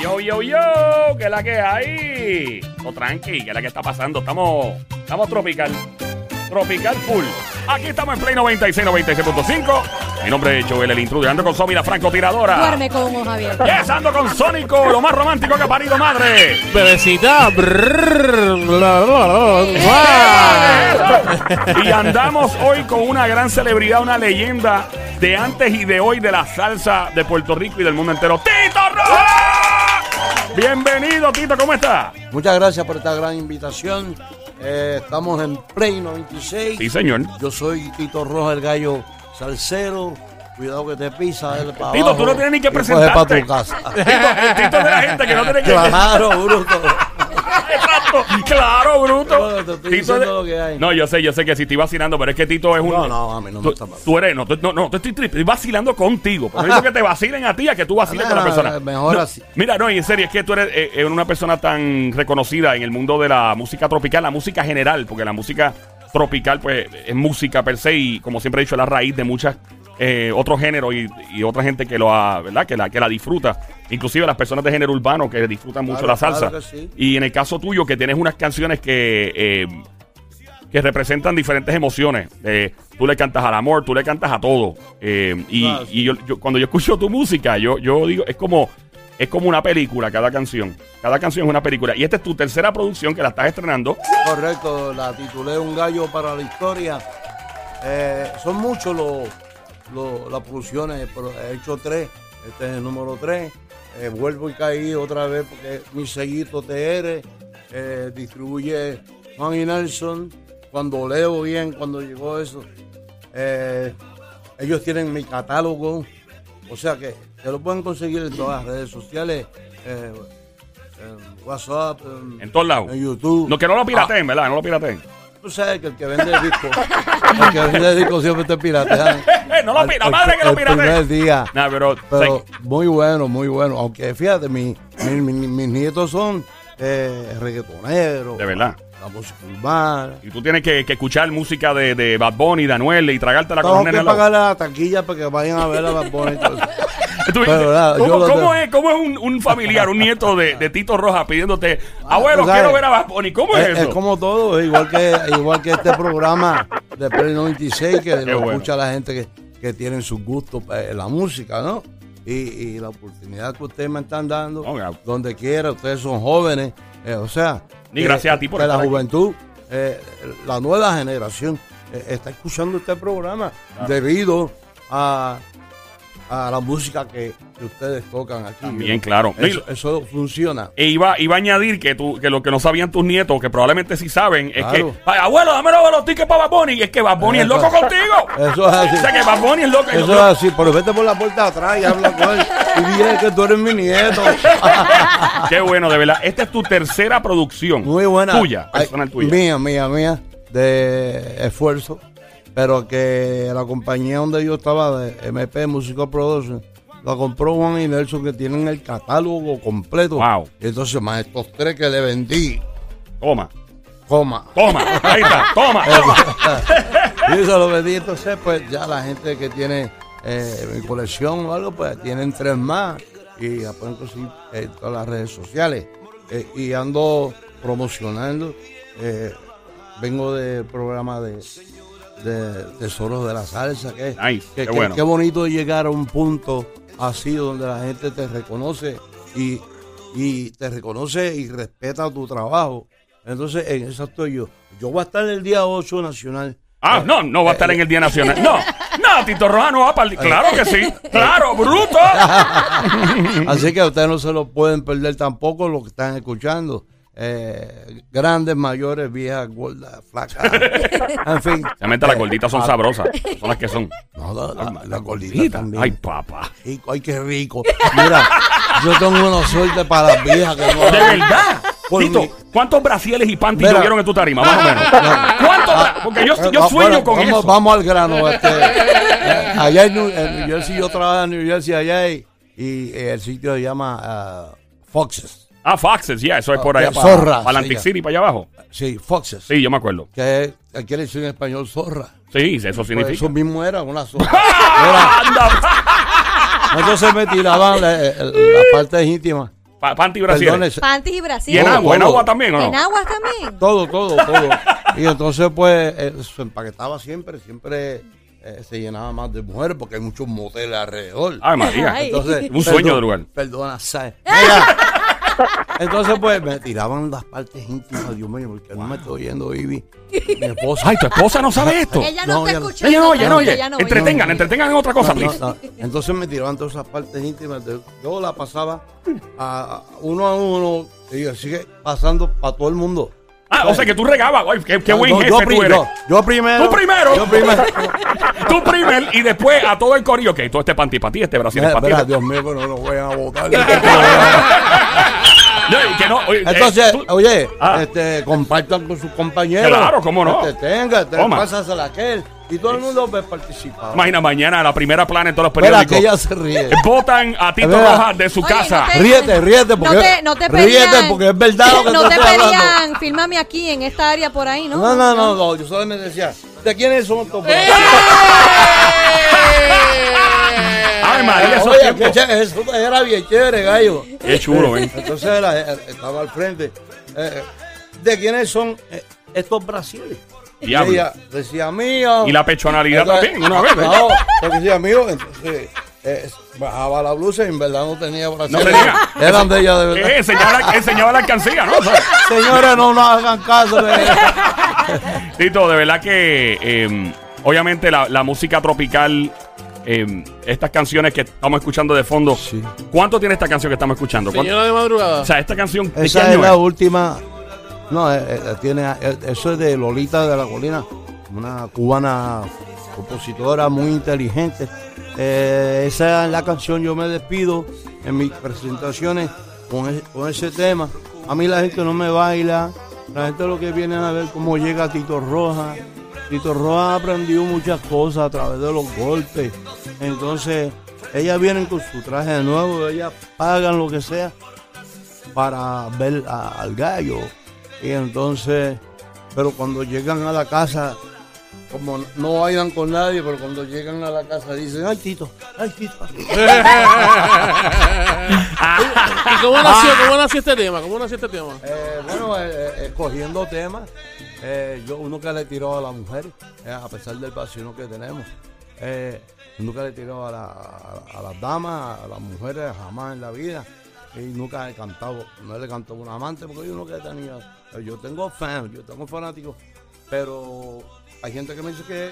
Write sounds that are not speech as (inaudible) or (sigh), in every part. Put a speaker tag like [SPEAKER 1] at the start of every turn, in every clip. [SPEAKER 1] Yo, yo, yo, que es la que hay. No, tranqui, que es la que está pasando. Estamos, estamos tropical. Tropical full. Aquí estamos en Play 96, 96.5. Mi nombre es Joel, el intruder. Ando con Somi, la francotiradora.
[SPEAKER 2] Duerme con un abiertos.
[SPEAKER 1] Yes, ando con Sónico, lo más romántico que ha parido madre.
[SPEAKER 3] Bebecita. brrr, bla, bla, bla, bla.
[SPEAKER 1] Y andamos hoy con una gran celebridad, una leyenda de antes y de hoy de la salsa de Puerto Rico y del mundo entero. ¡Tito Rojas! Bienvenido, Tito, ¿cómo está?
[SPEAKER 4] Muchas gracias por esta gran invitación. Eh, estamos en Play 96.
[SPEAKER 1] Sí, señor.
[SPEAKER 4] Yo soy Tito Rojas, el gallo salsero. Cuidado que te pisa él para
[SPEAKER 1] Tito, tú no tienes ni que
[SPEAKER 4] para
[SPEAKER 1] presentarte.
[SPEAKER 4] tu
[SPEAKER 1] (laughs)
[SPEAKER 4] casa.
[SPEAKER 1] Tito, Tito es de la gente que no tiene que...
[SPEAKER 4] claro, bruto.
[SPEAKER 1] Exacto. Claro, bruto.
[SPEAKER 4] Bueno, te
[SPEAKER 1] Tito
[SPEAKER 4] estoy diciendo
[SPEAKER 1] de-
[SPEAKER 4] lo que hay.
[SPEAKER 1] No, yo sé, yo sé que sí estoy vacilando, pero es que Tito es un.
[SPEAKER 4] No, no, a mí no me
[SPEAKER 1] Tú-
[SPEAKER 4] está mal.
[SPEAKER 1] Tú eres, no, tú- no, no, te estoy, tri- estoy vacilando contigo. Por eso
[SPEAKER 4] Ajá.
[SPEAKER 1] que te vacilen a ti, a que tú vaciles
[SPEAKER 4] Ah,
[SPEAKER 1] con la
[SPEAKER 4] no,
[SPEAKER 1] persona.
[SPEAKER 4] no, mejor
[SPEAKER 1] No,
[SPEAKER 4] así.
[SPEAKER 1] Mira, no, y en serio, es que tú eres eh, eh, una persona tan reconocida en el mundo de la música tropical, la música general, porque la música tropical, pues, es música per se y, como siempre he dicho, es la raíz de muchas. eh, otros géneros y, y otra gente que lo ha, ¿verdad? Que la, que la disfruta. Inclusive las personas de género urbano que disfrutan mucho
[SPEAKER 4] Claro,
[SPEAKER 1] la salsa.
[SPEAKER 4] claro que sí.
[SPEAKER 1] Y en el caso tuyo, que tienes unas canciones que, eh, que representan diferentes emociones. Eh, tú le cantas al amor, tú le cantas a todo. Eh, y
[SPEAKER 4] Claro, sí.
[SPEAKER 1] y yo, yo- cuando yo escucho tu música, yo, yo digo, es como, es como una película cada canción. Cada canción es una película. Y esta es tu tercera producción que la estás estrenando.
[SPEAKER 4] Correcto, la titulé Un gallo para la historia. Eh, son muchos los, los- las producciones, pero he hecho tres. Este es el número tres. Eh, vuelvo y caí otra vez porque mi sellito TR eh, distribuye Juan y Nelson. Cuando leo bien, cuando llegó eso, eh, ellos tienen mi catálogo. O sea que se lo pueden conseguir en todas las redes sociales. eh, en WhatsApp, en,
[SPEAKER 1] En todos lados.
[SPEAKER 4] en YouTube.
[SPEAKER 1] No, que no lo pirateen, ¿verdad? No lo pirateen.
[SPEAKER 4] Tú sabes que el que vende discos, el que vende discos siempre te piratea.
[SPEAKER 1] (laughs) No lo pira,
[SPEAKER 4] Al-
[SPEAKER 1] madre
[SPEAKER 4] al-
[SPEAKER 1] que lo
[SPEAKER 4] al
[SPEAKER 1] pirateen.
[SPEAKER 4] primer día.
[SPEAKER 1] Nah, pero,
[SPEAKER 4] Pero
[SPEAKER 1] sé-
[SPEAKER 4] muy bueno, muy bueno. Aunque fíjate, mi- mi- mi- mis nietos son eh, reggaetoneros.
[SPEAKER 1] de verdad.
[SPEAKER 4] La música urbana.
[SPEAKER 1] Y tú tienes que, que escuchar música de, de Bad Bunny, de Anuel y tragártela con
[SPEAKER 4] Tengo
[SPEAKER 1] un
[SPEAKER 4] que
[SPEAKER 1] nene al lado.
[SPEAKER 4] pagar la taquilla para que vayan a ver a Bad Bunny y todo eso.
[SPEAKER 1] Tú
[SPEAKER 4] Pero,
[SPEAKER 1] dices,
[SPEAKER 4] nada, yo
[SPEAKER 1] ¿Cómo,
[SPEAKER 4] lo
[SPEAKER 1] cómo
[SPEAKER 4] tengo.
[SPEAKER 1] es, cómo es un, un familiar, un nieto de, de Tito Rojas pidiéndote, abuelo,
[SPEAKER 4] tú sabes,
[SPEAKER 1] quiero ver a Bad Bunny"? ¿Cómo es,
[SPEAKER 4] Es,
[SPEAKER 1] eso?
[SPEAKER 4] es como todo, es
[SPEAKER 1] (laughs)
[SPEAKER 4] igual que, igual que este programa de Play 96, que lo
[SPEAKER 1] bueno.
[SPEAKER 4] escucha la gente que, que tiene sus gustos eh, la música, ¿no? Y, y la oportunidad que ustedes me están dando,
[SPEAKER 1] No, ya.
[SPEAKER 4] donde quiera, ustedes son jóvenes, eh, o sea.
[SPEAKER 1] Ni
[SPEAKER 4] que-
[SPEAKER 1] gracias a ti por
[SPEAKER 4] que la
[SPEAKER 1] estar aquí.
[SPEAKER 4] juventud, eh, la nueva generación, eh, está escuchando este programa debido a, a la música que, que ustedes tocan aquí.
[SPEAKER 1] Bien, claro. No, y-
[SPEAKER 4] Eso, eso funciona.
[SPEAKER 1] E iba, iba a añadir que, tú, que lo que no sabían tus nietos, que probablemente sí saben, es
[SPEAKER 4] Claro.
[SPEAKER 1] que, "Ay, abuelo, dame los los tickets para Bad Bunny. Y es que Bad Bunny es loco
[SPEAKER 4] Eso-
[SPEAKER 1] contigo.
[SPEAKER 4] (laughs) Eso es así.
[SPEAKER 1] O sea, que Bad Bunny es loco.
[SPEAKER 4] Eso es así, pero vete por la puerta de atrás y habla con él. Y dile que tú eres mi nieto. Ah,
[SPEAKER 1] Qué bueno, de verdad. Esta es tu tercera producción.
[SPEAKER 4] Muy buena.
[SPEAKER 1] Tuya,
[SPEAKER 4] Ay,
[SPEAKER 1] personal tuya.
[SPEAKER 4] Mía, mía, mía. De esfuerzo. Pero que la compañía donde yo estaba, de MP Musical Production, la compró Juan y Nelson, que tienen el catálogo completo.
[SPEAKER 1] Wow.
[SPEAKER 4] Y entonces, más estos tres que le vendí,
[SPEAKER 1] Toma,
[SPEAKER 4] coma.
[SPEAKER 1] toma. Ahí está, toma, toma.
[SPEAKER 4] (laughs) Y eso lo vendí. Entonces, pues ya la gente que tiene eh, mi colección o algo, pues tienen tres más. Y la pueden conseguir en todas las redes sociales. Eh, y ando promocionando. eh, vengo del programa de, de Tesoros de la Salsa. Que,
[SPEAKER 1] Nice,
[SPEAKER 4] que-
[SPEAKER 1] qué
[SPEAKER 4] que-
[SPEAKER 1] bueno.
[SPEAKER 4] qué bonito llegar a un punto así donde la gente te reconoce y, y te reconoce y respeta tu trabajo. Entonces, en eso estoy yo. Yo voy a estar el día 8 nacional.
[SPEAKER 1] Ah,
[SPEAKER 4] Eh,
[SPEAKER 1] no, no va a estar en el Día Nacional. No, no, Tito Rojas no va a partir. Claro que sí. Claro,
[SPEAKER 4] (laughs)
[SPEAKER 1] bruto.
[SPEAKER 4] Así que ustedes no se lo pueden perder tampoco lo que están escuchando. Eh, grandes, mayores, viejas, gordas,
[SPEAKER 1] (laughs)
[SPEAKER 4] flacas. en fin.
[SPEAKER 1] Realmente las gorditas son sabrosas. Son las que son.
[SPEAKER 4] No, la, la- la gordita también.
[SPEAKER 1] Ay, papá.
[SPEAKER 4] Rico, ay, qué rico. Mira, yo tengo una suerte para las viejas que no.
[SPEAKER 1] De verdad.
[SPEAKER 4] Por
[SPEAKER 1] Tito,
[SPEAKER 4] mí.
[SPEAKER 1] ¿cuántos brasiles y panties
[SPEAKER 4] Mira.
[SPEAKER 1] tuvieron en tu tarima? Más o menos. ¿Cuántos? bra- Porque yo, yo sueño
[SPEAKER 4] Ah, bueno,
[SPEAKER 1] con
[SPEAKER 4] vamos,
[SPEAKER 1] eso.
[SPEAKER 4] Vamos al grano. Este, eh, allá en New, en New Jersey, yo trabajo en New Jersey allá y, y, eh, el sitio se llama ah, Foxes.
[SPEAKER 1] Ah, faxes, ya, eso es por
[SPEAKER 4] Ah,
[SPEAKER 1] allá.
[SPEAKER 4] ya,
[SPEAKER 1] Para,
[SPEAKER 4] zorra,
[SPEAKER 1] para Atlantic
[SPEAKER 4] sí, ya.
[SPEAKER 1] City, para allá abajo.
[SPEAKER 4] Sí, Foxes.
[SPEAKER 1] Sí, yo me acuerdo.
[SPEAKER 4] Que es, aquí le dicen en español zorra.
[SPEAKER 1] Sí, eso
[SPEAKER 4] Pues
[SPEAKER 1] significa. (laughs)
[SPEAKER 4] eso mismo era una zorra.
[SPEAKER 1] ¡Ah! ¡Anda!
[SPEAKER 4] Entonces me tiraban la- eh, la- las partes íntimas.
[SPEAKER 1] Pa- panty
[SPEAKER 4] Perdón, Oh,
[SPEAKER 1] brasileños.
[SPEAKER 4] ese-
[SPEAKER 2] Panties y Brasil.
[SPEAKER 1] Y en
[SPEAKER 4] Todo,
[SPEAKER 1] agua, en
[SPEAKER 4] todo.
[SPEAKER 1] agua también, ¿o
[SPEAKER 2] En
[SPEAKER 1] no?
[SPEAKER 2] aguas también.
[SPEAKER 4] Todo, todo, todo. Y entonces, pues, eh, se empaquetaba siempre, siempre eh, se llenaba más de mujeres porque hay muchos moteles alrededor.
[SPEAKER 1] Ay, María.
[SPEAKER 2] Ay.
[SPEAKER 4] Entonces,
[SPEAKER 1] Ah, (laughs) Un sueño de
[SPEAKER 4] perdón-
[SPEAKER 1] lugar.
[SPEAKER 4] Perdona, ¿sabes? Mira. Entonces, pues, me tiraban las partes íntimas. Dios mío, porque no me estoy oyendo, Vivi. Mi
[SPEAKER 1] (laughs)
[SPEAKER 4] esposa.
[SPEAKER 1] Ay, tu esposa no sabe esto.
[SPEAKER 2] (laughs) Ella no,
[SPEAKER 4] No,
[SPEAKER 2] está
[SPEAKER 4] ya no.
[SPEAKER 2] escuchando.
[SPEAKER 1] Ella no, ella no,
[SPEAKER 2] tranquila,
[SPEAKER 1] oye.
[SPEAKER 2] ella no, ella no.
[SPEAKER 1] Entretengan, entretengan en otra cosa,
[SPEAKER 4] No, no,
[SPEAKER 1] please.
[SPEAKER 4] no. Entonces me tiraban todas esas partes íntimas. de- Yo la pasaba a- a- uno a uno y yo sigue pasando para todo el mundo.
[SPEAKER 1] Ah, o sea que tú regabas. Ay, qué, qué
[SPEAKER 4] No,
[SPEAKER 1] buen
[SPEAKER 4] no,
[SPEAKER 1] jefe
[SPEAKER 4] yo,
[SPEAKER 1] tú
[SPEAKER 4] pri-
[SPEAKER 1] eres.
[SPEAKER 4] yo- yo primero.
[SPEAKER 1] Tú primero.
[SPEAKER 4] Yo
[SPEAKER 1] (laughs)
[SPEAKER 4] primero.
[SPEAKER 1] Tú primero y después a todo el corillo. Ok, todo este panty para ti, este brasileño para ti.
[SPEAKER 4] Espera,
[SPEAKER 1] este-
[SPEAKER 4] Dios mío, pero no lo vayan a votar.
[SPEAKER 1] (laughs) No, y que no, oye, eh,
[SPEAKER 4] Entonces,
[SPEAKER 1] tú-
[SPEAKER 4] oye,
[SPEAKER 1] Ah.
[SPEAKER 4] este, compartan con sus compañeros.
[SPEAKER 1] Claro, cómo no.
[SPEAKER 4] Este, tenga, te
[SPEAKER 1] Toma.
[SPEAKER 4] pásasela a aquel. Y todo el mundo pues, participa.
[SPEAKER 1] imagina mañana la primera plana en todos los
[SPEAKER 4] Espera, que ella
[SPEAKER 1] periódicos.
[SPEAKER 4] se ríe.
[SPEAKER 1] Votan a Tito
[SPEAKER 4] Espera.
[SPEAKER 1] Rojas de su
[SPEAKER 2] Oye, no
[SPEAKER 1] casa.
[SPEAKER 2] te-
[SPEAKER 4] Ríete,
[SPEAKER 2] No
[SPEAKER 4] ríete, porque,
[SPEAKER 2] te- no te
[SPEAKER 4] ríete,
[SPEAKER 2] pedían-
[SPEAKER 4] porque es verdad lo que
[SPEAKER 2] (laughs) No
[SPEAKER 4] te
[SPEAKER 2] te
[SPEAKER 4] estoy hablando.
[SPEAKER 2] pedían, fírmame aquí en esta área por ahí, ¿no?
[SPEAKER 4] No, no, no, no, yo solamente decía, ¿de quiénes son estos
[SPEAKER 1] Ay, (laughs)
[SPEAKER 4] (laughs)
[SPEAKER 1] María, eso
[SPEAKER 4] Oye, qué chévere, eso era bien chévere, gallo.
[SPEAKER 1] Qué chulo,
[SPEAKER 4] (laughs)
[SPEAKER 1] ¿eh?
[SPEAKER 4] Entonces la- estaba al frente. eh, ¿De quiénes son eh, estos brasiles?
[SPEAKER 1] Diablo.
[SPEAKER 4] Y ella decía, mío.
[SPEAKER 1] Y la pechonalidad
[SPEAKER 4] Entonces,
[SPEAKER 1] también, una vez. ¿eh?
[SPEAKER 4] No, porque decía, mío, entonces eh, bajaba la blusa y en verdad no tenía brasiles.
[SPEAKER 1] tenía.
[SPEAKER 4] Eran de ella de verdad.
[SPEAKER 1] Eh, enseñaba, la, enseñaba la alcancía, ¿no? O sea,
[SPEAKER 4] Señores, no nos hagan caso. eh.
[SPEAKER 1] Tito, de verdad que eh, obviamente la, la música tropical, eh, estas canciones que estamos escuchando de fondo,
[SPEAKER 4] Sí.
[SPEAKER 1] ¿cuánto tiene esta canción que estamos escuchando? ¿Cuánto-
[SPEAKER 3] Señora de madrugada.
[SPEAKER 1] O sea, esta canción, ¿de qué
[SPEAKER 4] Esa es
[SPEAKER 1] Este año
[SPEAKER 4] la
[SPEAKER 1] es?
[SPEAKER 4] última. No, eh, eh, tiene, eh, eso es de Lolita de la Colina, una cubana compositora muy inteligente. Eh, esa es la canción Yo me despido en mis presentaciones con, es- con ese tema. A mí la gente no me baila, la gente lo que viene a ver cómo llega Tito Roja. Tito Roja aprendió muchas cosas a través de los golpes. Entonces, ellas vienen con su traje nuevo, ellas pagan lo que sea para ver a- al gallo. Y entonces, pero cuando llegan a la casa, como no bailan con nadie, pero cuando llegan a la casa dicen, ay Tito, ay Tito.
[SPEAKER 3] ¿Y cómo nació, cómo nació este tema? ¿Cómo nació este tema?
[SPEAKER 4] Eh, bueno, eh, eh, escogiendo temas, eh, yo nunca le he tirado a las mujeres, eh, a pesar del vacío que tenemos. Eh, nunca le he tirado a, la- a las damas, a las mujeres, jamás en la vida. Y nunca he cantado, no le he cantado a un amante, porque yo nunca he tenido. eh, Yo tengo fans, yo tengo fanáticos, pero hay gente que me dice que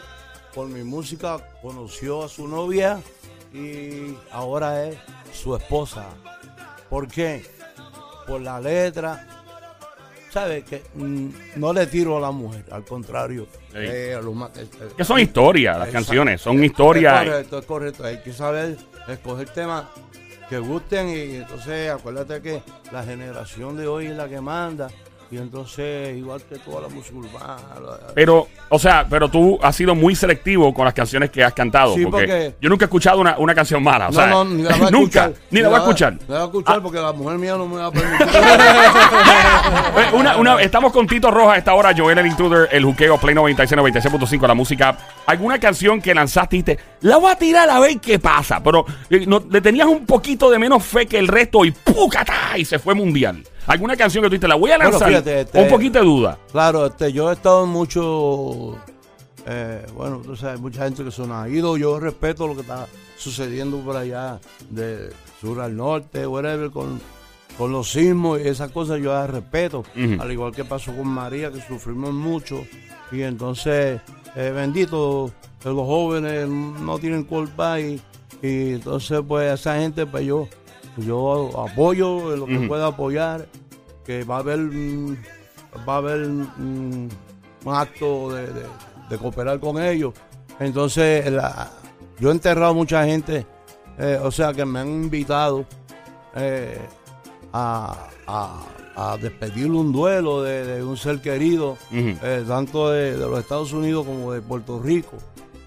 [SPEAKER 4] por mi música conoció a su novia y ahora es su esposa. ¿Por qué? por la letra. ¿Sabes? Que mm, no le tiro a la mujer, al contrario.
[SPEAKER 1] Sí.
[SPEAKER 4] Eh, a los ma- eh, eh,
[SPEAKER 1] Que son historias, las
[SPEAKER 4] Exacto.
[SPEAKER 1] canciones, son
[SPEAKER 4] Es
[SPEAKER 1] historias.
[SPEAKER 4] correcto, es correcto. Hay que saber escoger temas que gusten y entonces acuérdate que la generación de hoy es la que manda. Y entonces, igual que toda la musulmana. la-
[SPEAKER 1] Pero, o sea, pero tú has sido muy selectivo con las canciones que has cantado.
[SPEAKER 4] Sí,
[SPEAKER 1] porque,
[SPEAKER 4] porque-
[SPEAKER 1] yo nunca he escuchado una, una canción mala. O sea,
[SPEAKER 4] no, no, ni la va a
[SPEAKER 1] (laughs) nunca,
[SPEAKER 4] escuchar. Eh,
[SPEAKER 1] ni la voy a
[SPEAKER 4] (laughs)
[SPEAKER 1] escuchar. Ah.
[SPEAKER 4] Ni la va a escuchar porque la mujer mía no me va a permitir.
[SPEAKER 1] Eh, (laughs) una- una- estamos con Tito Rojas a esta hora, Joel el Intruder, el juqueo Play 96, 96.5, la música. ¿Alguna canción que lanzaste y te la voy a tirar a ver qué pasa? Pero eh, no, le tenías un poquito de menos fe que el resto y ¡pucatá! Y se fue mundial. ¿Alguna canción que tú dices, la voy a
[SPEAKER 4] Bueno,
[SPEAKER 1] lanzar?
[SPEAKER 4] fíjate, este-
[SPEAKER 1] con un poquito de duda.
[SPEAKER 4] Claro, este, yo he estado en mucho, eh, bueno, tú sabes, mucha gente que son ha ido. Yo respeto lo que está sucediendo por allá, de sur al norte, whatever, con, con los sismos y esas cosas yo las respeto.
[SPEAKER 1] Ujú.
[SPEAKER 4] Al igual que pasó con María, que sufrimos mucho. Y entonces, eh, bendito, que los jóvenes no tienen culpa y, y entonces, pues, esa gente, pues yo, yo apoyo en lo que
[SPEAKER 1] Ujú.
[SPEAKER 4] pueda apoyar que va a haber mm, va a haber mm, un acto de, de- de cooperar con ellos. Entonces, la- yo he enterrado mucha gente, eh, o sea, que me han invitado eh, a, a- a despedir un duelo de, de un ser querido,
[SPEAKER 1] Ujú.
[SPEAKER 4] eh, tanto de, de los Estados Unidos como de Puerto Rico.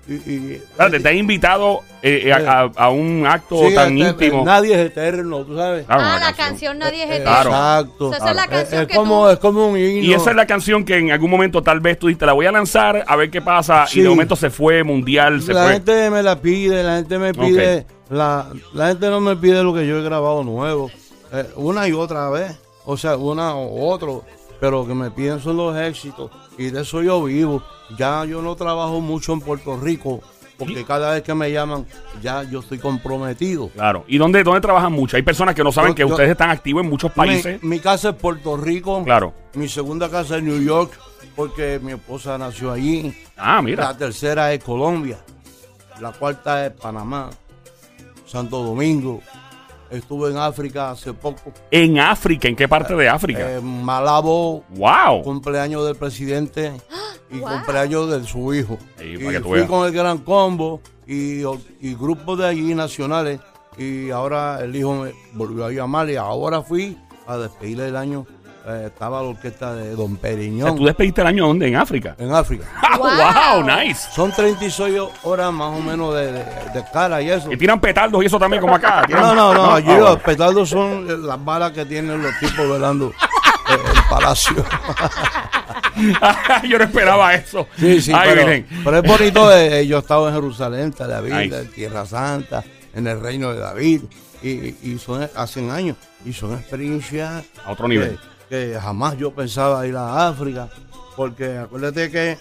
[SPEAKER 4] Y, y-
[SPEAKER 1] Claro, te, te he invitado eh, eh, a, a- a un acto
[SPEAKER 4] Sí,
[SPEAKER 1] tan
[SPEAKER 4] este,
[SPEAKER 1] íntimo.
[SPEAKER 4] Nadie es eterno, tú sabes.
[SPEAKER 1] Claro,
[SPEAKER 2] Ah,
[SPEAKER 1] una
[SPEAKER 2] la
[SPEAKER 1] canción.
[SPEAKER 2] canción Nadie es
[SPEAKER 4] Eh,
[SPEAKER 2] eterno.
[SPEAKER 1] Claro.
[SPEAKER 4] Exacto.
[SPEAKER 2] O sea, esa es la
[SPEAKER 4] Eh,
[SPEAKER 2] canción
[SPEAKER 4] es,
[SPEAKER 2] que
[SPEAKER 4] como,
[SPEAKER 2] tú-
[SPEAKER 4] es como un himno.
[SPEAKER 1] Y esa es la canción que en algún momento tal vez tú dijiste, la voy a lanzar, a ver qué pasa. Y
[SPEAKER 4] Sí.
[SPEAKER 1] de momento se fue mundial, se
[SPEAKER 4] la
[SPEAKER 1] fue.
[SPEAKER 4] gente me la pide, la gente me pide la, la gente no me pide lo que yo he grabado nuevo, eh, una y otra vez, o sea, una o otro, pero lo que me piden son los éxitos y de eso yo vivo. Ya yo no trabajo mucho en Puerto Rico, porque cada vez que me llaman, ya yo estoy comprometido.
[SPEAKER 1] Claro. ¿Y dónde, dónde trabajan mucho? Hay personas que no saben
[SPEAKER 4] Yo-
[SPEAKER 1] que
[SPEAKER 4] yo-
[SPEAKER 1] ustedes están activos en muchos países.
[SPEAKER 4] Mi, mi casa es Puerto Rico,
[SPEAKER 1] Claro.
[SPEAKER 4] mi segunda casa es New York, porque mi esposa nació allí,
[SPEAKER 1] Ah, mira.
[SPEAKER 4] la tercera es Colombia. La cuarta es Panamá. Santo Domingo. Estuve en África hace poco.
[SPEAKER 1] En África, ¿en qué parte de África? Oh.
[SPEAKER 4] En Malabo,
[SPEAKER 1] ¡Wow!
[SPEAKER 4] cumpleaños del presidente y
[SPEAKER 2] Wow.
[SPEAKER 4] cumpleaños de su hijo.
[SPEAKER 1] Ahí,
[SPEAKER 4] y
[SPEAKER 1] para que tú
[SPEAKER 4] fui
[SPEAKER 1] veas.
[SPEAKER 4] con el Gran Combo y, y grupos de allí nacionales. Y ahora el hijo me volvió a llamar y ahora fui a despedirle el año. Eh, estaba la orquesta de Don
[SPEAKER 1] O sea,
[SPEAKER 4] Periñón
[SPEAKER 1] ¿Tú despediste el año dónde? En África.
[SPEAKER 4] en África.
[SPEAKER 1] (laughs) Ah,
[SPEAKER 2] Wow.
[SPEAKER 1] ¡Wow! ¡Nice!
[SPEAKER 4] Son 36 horas más o menos de, de, de cara y eso.
[SPEAKER 1] Y tiran petardos y eso también como acá.
[SPEAKER 4] (laughs) No,
[SPEAKER 1] Tiran-
[SPEAKER 4] no, no,
[SPEAKER 1] (laughs) Ah,
[SPEAKER 4] allí los
[SPEAKER 1] bueno.
[SPEAKER 4] petardos son las balas que tienen los tipos velando eh, el
[SPEAKER 1] (laughs)
[SPEAKER 4] palacio.
[SPEAKER 1] Yo no esperaba eso.
[SPEAKER 4] Sí, sí,
[SPEAKER 1] Ay,
[SPEAKER 4] pero,
[SPEAKER 1] Virgen.
[SPEAKER 4] pero es bonito. eh, eh, yo he estado en Jerusalén, Tel Aviv,
[SPEAKER 1] Nice.
[SPEAKER 4] en Tierra Santa, en el Reino de David, y, y son hacen años, y son experiencias
[SPEAKER 1] A otro nivel.
[SPEAKER 4] Que, que jamás yo pensaba ir a África, porque acuérdate que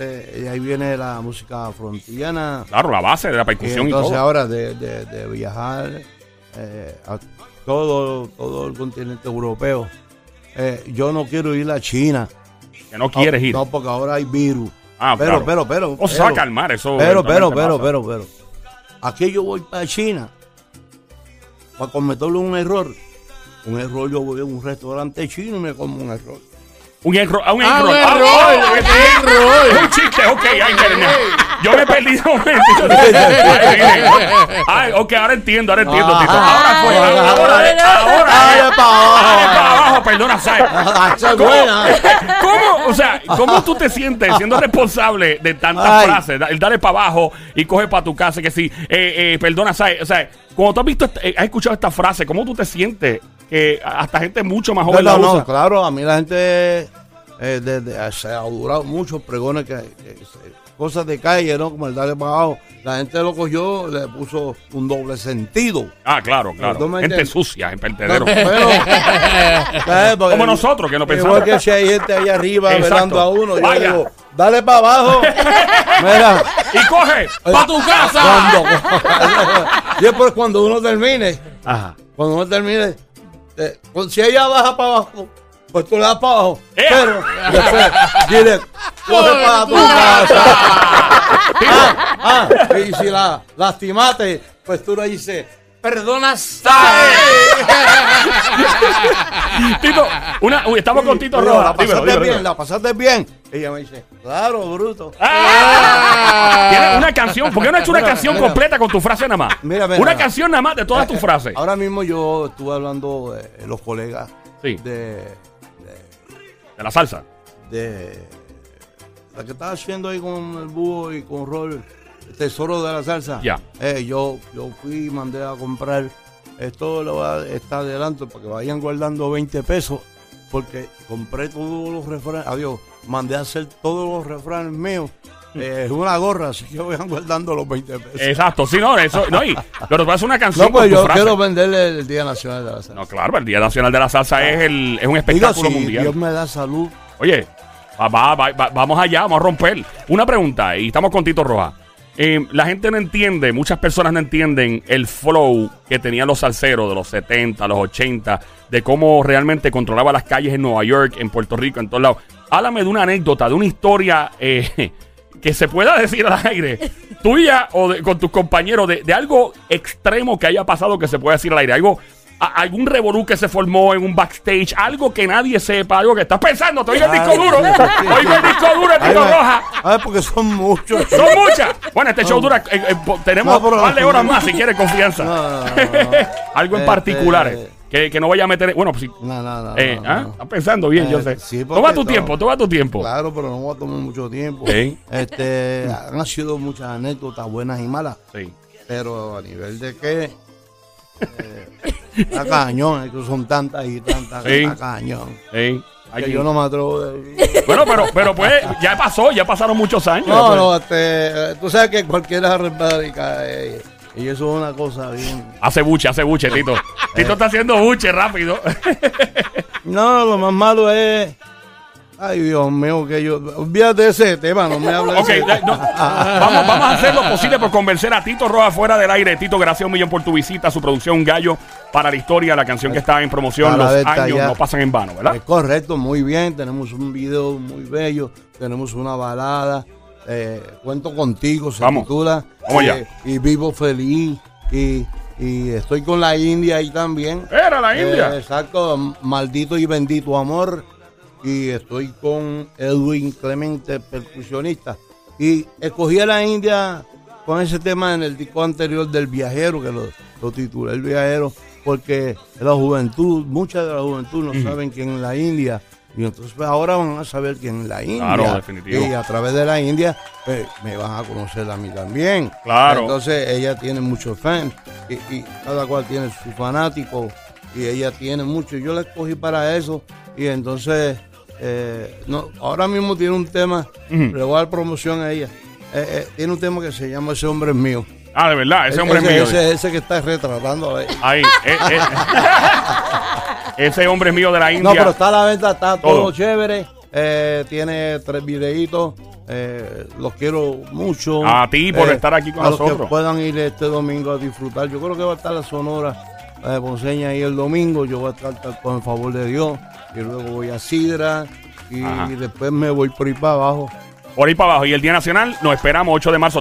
[SPEAKER 4] eh, y ahí viene la música frontillana.
[SPEAKER 1] Claro, la base de la
[SPEAKER 4] Y
[SPEAKER 1] percusión y,
[SPEAKER 4] entonces
[SPEAKER 1] todo.
[SPEAKER 4] ahora de, de- de viajar eh, a todo, todo el continente europeo, eh, yo no quiero ir a China.
[SPEAKER 1] Que no quieres ir.
[SPEAKER 4] No, porque ahora hay virus.
[SPEAKER 1] Ah,
[SPEAKER 4] pero,
[SPEAKER 1] claro.
[SPEAKER 4] pero, pero,
[SPEAKER 1] O se va a calmar eso.
[SPEAKER 4] Pero, pero,
[SPEAKER 1] eventualmente
[SPEAKER 4] pero,
[SPEAKER 1] pasa.
[SPEAKER 4] pero, pero. Aquí yo voy para China para cometerle un error. Un error, yo voy a un restaurante chino y me como un error.
[SPEAKER 1] Un error. ah, Un
[SPEAKER 3] Ah,
[SPEAKER 1] error.
[SPEAKER 3] un
[SPEAKER 1] Ah,
[SPEAKER 3] error,
[SPEAKER 1] ok.
[SPEAKER 3] un error.
[SPEAKER 1] Un chiste, ok, ay, Karina. Yo me perdí de momento. Ay, miren. Ay, ok, ahora entiendo, ahora entiendo,
[SPEAKER 4] Ah,
[SPEAKER 1] Tito.
[SPEAKER 4] ah,
[SPEAKER 1] Ahora fue,
[SPEAKER 4] ah,
[SPEAKER 1] ahora,
[SPEAKER 4] ah,
[SPEAKER 1] ahora, ahora.
[SPEAKER 4] Ay, pa'
[SPEAKER 1] Ay, para abajo, perdona, ¿sabes?
[SPEAKER 4] Esa es
[SPEAKER 1] ¿Cómo,
[SPEAKER 4] buena.
[SPEAKER 1] ¿Cómo, o sea, ¿cómo tú te sientes siendo responsable de tantas
[SPEAKER 4] Ay.
[SPEAKER 1] frases? Da- El dale para abajo y coge para tu casa que sí. Eh, eh, perdona, ¿sabes? O sea, cuando tú has visto, este- eh, has escuchado esta frase, ¿cómo tú te sientes? Que hasta gente mucho más
[SPEAKER 4] No,
[SPEAKER 1] joven la
[SPEAKER 4] no,
[SPEAKER 1] usa.
[SPEAKER 4] claro, a mí la gente eh, desde- se ha durado muchos pregones, que, que se- cosas de calle, ¿no? Como el darle para abajo. La gente lo cogió, le puso un doble sentido.
[SPEAKER 1] Ah, claro, claro.
[SPEAKER 4] No me
[SPEAKER 1] Gente
[SPEAKER 4] entiendes.
[SPEAKER 1] sucia, en perdedero.
[SPEAKER 4] Pero-
[SPEAKER 1] (laughs)
[SPEAKER 4] ¿sabes? Porque-
[SPEAKER 1] Como nosotros, que no
[SPEAKER 4] Igual
[SPEAKER 1] pensamos.
[SPEAKER 4] que si hay gente allá arriba
[SPEAKER 1] Exacto.
[SPEAKER 4] velando a uno, yo
[SPEAKER 1] Vaya.
[SPEAKER 4] digo, dale
[SPEAKER 1] (laughs)
[SPEAKER 4] para abajo. Mira,
[SPEAKER 1] Y coge
[SPEAKER 3] ¡Pa' tu casa!
[SPEAKER 4] cuando, (laughs) y es por cuando uno termine,
[SPEAKER 1] Ajá.
[SPEAKER 4] cuando uno termine, eh, pues, si ella baja para abajo, pues tú le das para abajo.
[SPEAKER 1] ¡Ea!
[SPEAKER 4] Pero después, dile, coge
[SPEAKER 3] Coge
[SPEAKER 4] para
[SPEAKER 3] tu
[SPEAKER 4] tu
[SPEAKER 1] (laughs)
[SPEAKER 4] casa. Ah, ah, y si la lastimaste, pues tú le dices, perdona,
[SPEAKER 1] (laughs) Tito, una, uy, estamos con Tito
[SPEAKER 4] Pero
[SPEAKER 1] Rojas.
[SPEAKER 4] la pasaste
[SPEAKER 1] Dímelo, dímelo,
[SPEAKER 4] bien,
[SPEAKER 1] dímelo.
[SPEAKER 4] la pasaste bien. Ella me dice, claro, bruto.
[SPEAKER 1] ¡Ah! Tiene una canción. ¿Por qué no has hecho una canción
[SPEAKER 4] mira.
[SPEAKER 1] completa con tu frase nada más?
[SPEAKER 4] Mira, mira. Eh,
[SPEAKER 1] Una canción nada más de todas tus frases.
[SPEAKER 4] Ahora mismo yo estuve hablando de los colegas
[SPEAKER 1] Sí.
[SPEAKER 4] de,
[SPEAKER 1] De la salsa.
[SPEAKER 4] de la que estaba haciendo ahí con el búho y con Rol, Tesoro de la Salsa.
[SPEAKER 1] Ya.
[SPEAKER 4] Eh, yo, yo fui y mandé a comprar. Esto lo va, está adelanto para que vayan guardando 20 pesos. Porque compré todos los refranes. Adiós. Mandé a hacer todos los refranes míos.
[SPEAKER 1] Mm.
[SPEAKER 4] Eh, Es una gorra, así que vayan guardando los 20 pesos.
[SPEAKER 1] Exacto. Sí, no, eso. No, y pero tú haces una canción
[SPEAKER 4] no, pues
[SPEAKER 1] Eh, con tu
[SPEAKER 4] yo
[SPEAKER 1] frase.
[SPEAKER 4] quiero venderle el Día Nacional de la Salsa.
[SPEAKER 1] No, claro, el Día Nacional de la Salsa es, el, es un
[SPEAKER 4] Digo,
[SPEAKER 1] espectáculo
[SPEAKER 4] si
[SPEAKER 1] mundial.
[SPEAKER 4] Dios me da salud.
[SPEAKER 1] Oye, va- va- va- va- vamos allá, vamos a romper. Una pregunta, y estamos con Tito Rojas. Eh, la gente no entiende, muchas personas no entienden el flow que tenían los salseros de los 70, los 80, de cómo realmente controlaba las calles en Nueva York, en Puerto Rico, en todos lados. Háblame de una anécdota, de una historia eh, (laughs) que se pueda decir al aire, tuya o de- con tus compañeros, de, de algo extremo que haya pasado que se pueda decir al aire. Algo a- algún revolú que se formó en un backstage, algo que nadie sepa, algo que estás pensando, te oigo el disco
[SPEAKER 4] Ay,
[SPEAKER 1] duro,
[SPEAKER 4] sí, sí, sí.
[SPEAKER 1] oigo el disco duro, el
[SPEAKER 4] Ay,
[SPEAKER 1] Tito
[SPEAKER 4] me-
[SPEAKER 1] Roja.
[SPEAKER 4] Ay, porque
[SPEAKER 1] (laughs)
[SPEAKER 4] son muchos.
[SPEAKER 1] Son muchas. Bueno, este show dura, eh, eh, po- tenemos
[SPEAKER 4] No, pero-
[SPEAKER 1] un par de horas más si quieres confianza.
[SPEAKER 4] No, no, no, no, no.
[SPEAKER 1] (laughs) algo en
[SPEAKER 4] Este,
[SPEAKER 1] particular eh, que, que no vaya a meter, bueno, pues, si-
[SPEAKER 4] No, no, no.
[SPEAKER 1] eh,
[SPEAKER 4] no,
[SPEAKER 1] ¿ah?
[SPEAKER 4] no.
[SPEAKER 1] estás pensando bien,
[SPEAKER 4] Eh,
[SPEAKER 1] yo sé.
[SPEAKER 4] sí, porque
[SPEAKER 1] toma tu
[SPEAKER 4] no.
[SPEAKER 1] tiempo, toma tu tiempo.
[SPEAKER 4] Claro, pero no va a tomar mucho tiempo.
[SPEAKER 1] Ok.
[SPEAKER 4] Este, han sido muchas anécdotas buenas y malas,
[SPEAKER 1] Sí.
[SPEAKER 4] pero a nivel de que
[SPEAKER 1] (laughs)
[SPEAKER 4] eh, a cañón, es que son tantas y tantas,
[SPEAKER 1] Sí.
[SPEAKER 4] a cañón.
[SPEAKER 1] sí. Ay,
[SPEAKER 4] que yo no me
[SPEAKER 1] (laughs)
[SPEAKER 4] atrevo. de-
[SPEAKER 1] Bueno, pero, pero pues ya pasó, ya pasaron muchos años.
[SPEAKER 4] No, no, este, eh, tú sabes que cualquiera radica eh, Y eso es una cosa bien.
[SPEAKER 1] Hace buche, hace buche, Tito.
[SPEAKER 4] Eh.
[SPEAKER 1] Tito está haciendo buche rápido. (laughs)
[SPEAKER 4] No, lo más malo es. Ay, Dios mío, que yo. Olvídate de ese tema, no me hables
[SPEAKER 1] Ok,
[SPEAKER 4] de
[SPEAKER 1] eh,
[SPEAKER 4] ese
[SPEAKER 1] no. vamos, vamos a hacer lo posible por convencer a Tito Roa fuera del aire. Tito, gracias un millón por tu visita, su producción Un Gallo para la historia, la canción que está en promoción,
[SPEAKER 4] Para
[SPEAKER 1] los
[SPEAKER 4] ver, está
[SPEAKER 1] años
[SPEAKER 4] ya.
[SPEAKER 1] no pasan en vano, ¿verdad?
[SPEAKER 4] Es correcto, muy bien. Tenemos un video muy bello, tenemos una balada. eh, cuento contigo, se
[SPEAKER 1] Vamos.
[SPEAKER 4] titula.
[SPEAKER 1] Vamos
[SPEAKER 4] eh, y vivo feliz. Y, y estoy con la India ahí también.
[SPEAKER 1] Era la
[SPEAKER 4] Eh,
[SPEAKER 1] India.
[SPEAKER 4] exacto, maldito y bendito amor. Y estoy con Edwin Clemente, percusionista. Y escogí a la India con ese tema en el disco anterior del viajero, que lo, lo titulé El viajero, porque la juventud, mucha de la juventud no saben quién es la India. Y entonces pues, ahora van a saber quién es la India.
[SPEAKER 1] Claro, definitivo.
[SPEAKER 4] Y a través de la India pues, me van a conocer a mí también.
[SPEAKER 1] Claro.
[SPEAKER 4] Entonces ella tiene muchos fans y, y cada cual tiene su fanático y ella tiene mucho. Yo la escogí para eso y entonces eh, no, ahora mismo tiene un tema, le voy a dar promoción a ella. Eh, eh, tiene un tema que se llama Ese hombre es mío.
[SPEAKER 1] Ah, de verdad, ese hombre es
[SPEAKER 4] ese,
[SPEAKER 1] mío.
[SPEAKER 4] Ese, ese que está retratando a ella.
[SPEAKER 1] Ahí, eh,
[SPEAKER 4] (laughs)
[SPEAKER 1] eh. ese hombre es mío de la India.
[SPEAKER 4] No, pero está a la venta, está todo,
[SPEAKER 1] Todo.
[SPEAKER 4] chévere. Eh, tiene tres videitos. eh, los quiero mucho. Eh,
[SPEAKER 1] A ti por estar aquí con
[SPEAKER 4] a Los
[SPEAKER 1] nosotros.
[SPEAKER 4] que puedan ir este domingo a disfrutar. Yo creo que va a estar la Sonora eh, Ponceña ahí el domingo. Yo voy a estar, tal- con el favor de Dios. Y luego voy a Sidra. Y,
[SPEAKER 1] Ajá.
[SPEAKER 4] después me voy por ahí para abajo.
[SPEAKER 1] Por ahí para abajo. Y el Día Nacional, nos esperamos 8 de marzo.